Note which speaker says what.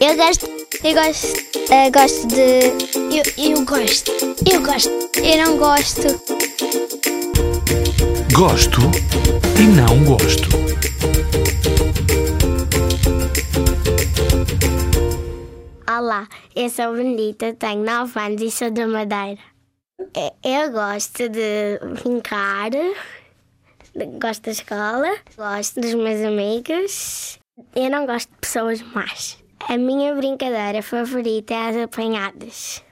Speaker 1: Eu gosto. Eu gosto. Eu gosto de. Eu, eu gosto. Eu gosto. Eu não gosto.
Speaker 2: Gosto e não gosto.
Speaker 3: Olá, eu sou Benedita, tenho 9 anos e sou da Madeira. Eu- Eu gosto de brincar, de- gosto da escola, gosto dos meus amigos. Eu não gosto de pessoas más. A minha brincadeira favorita é as apanhadas.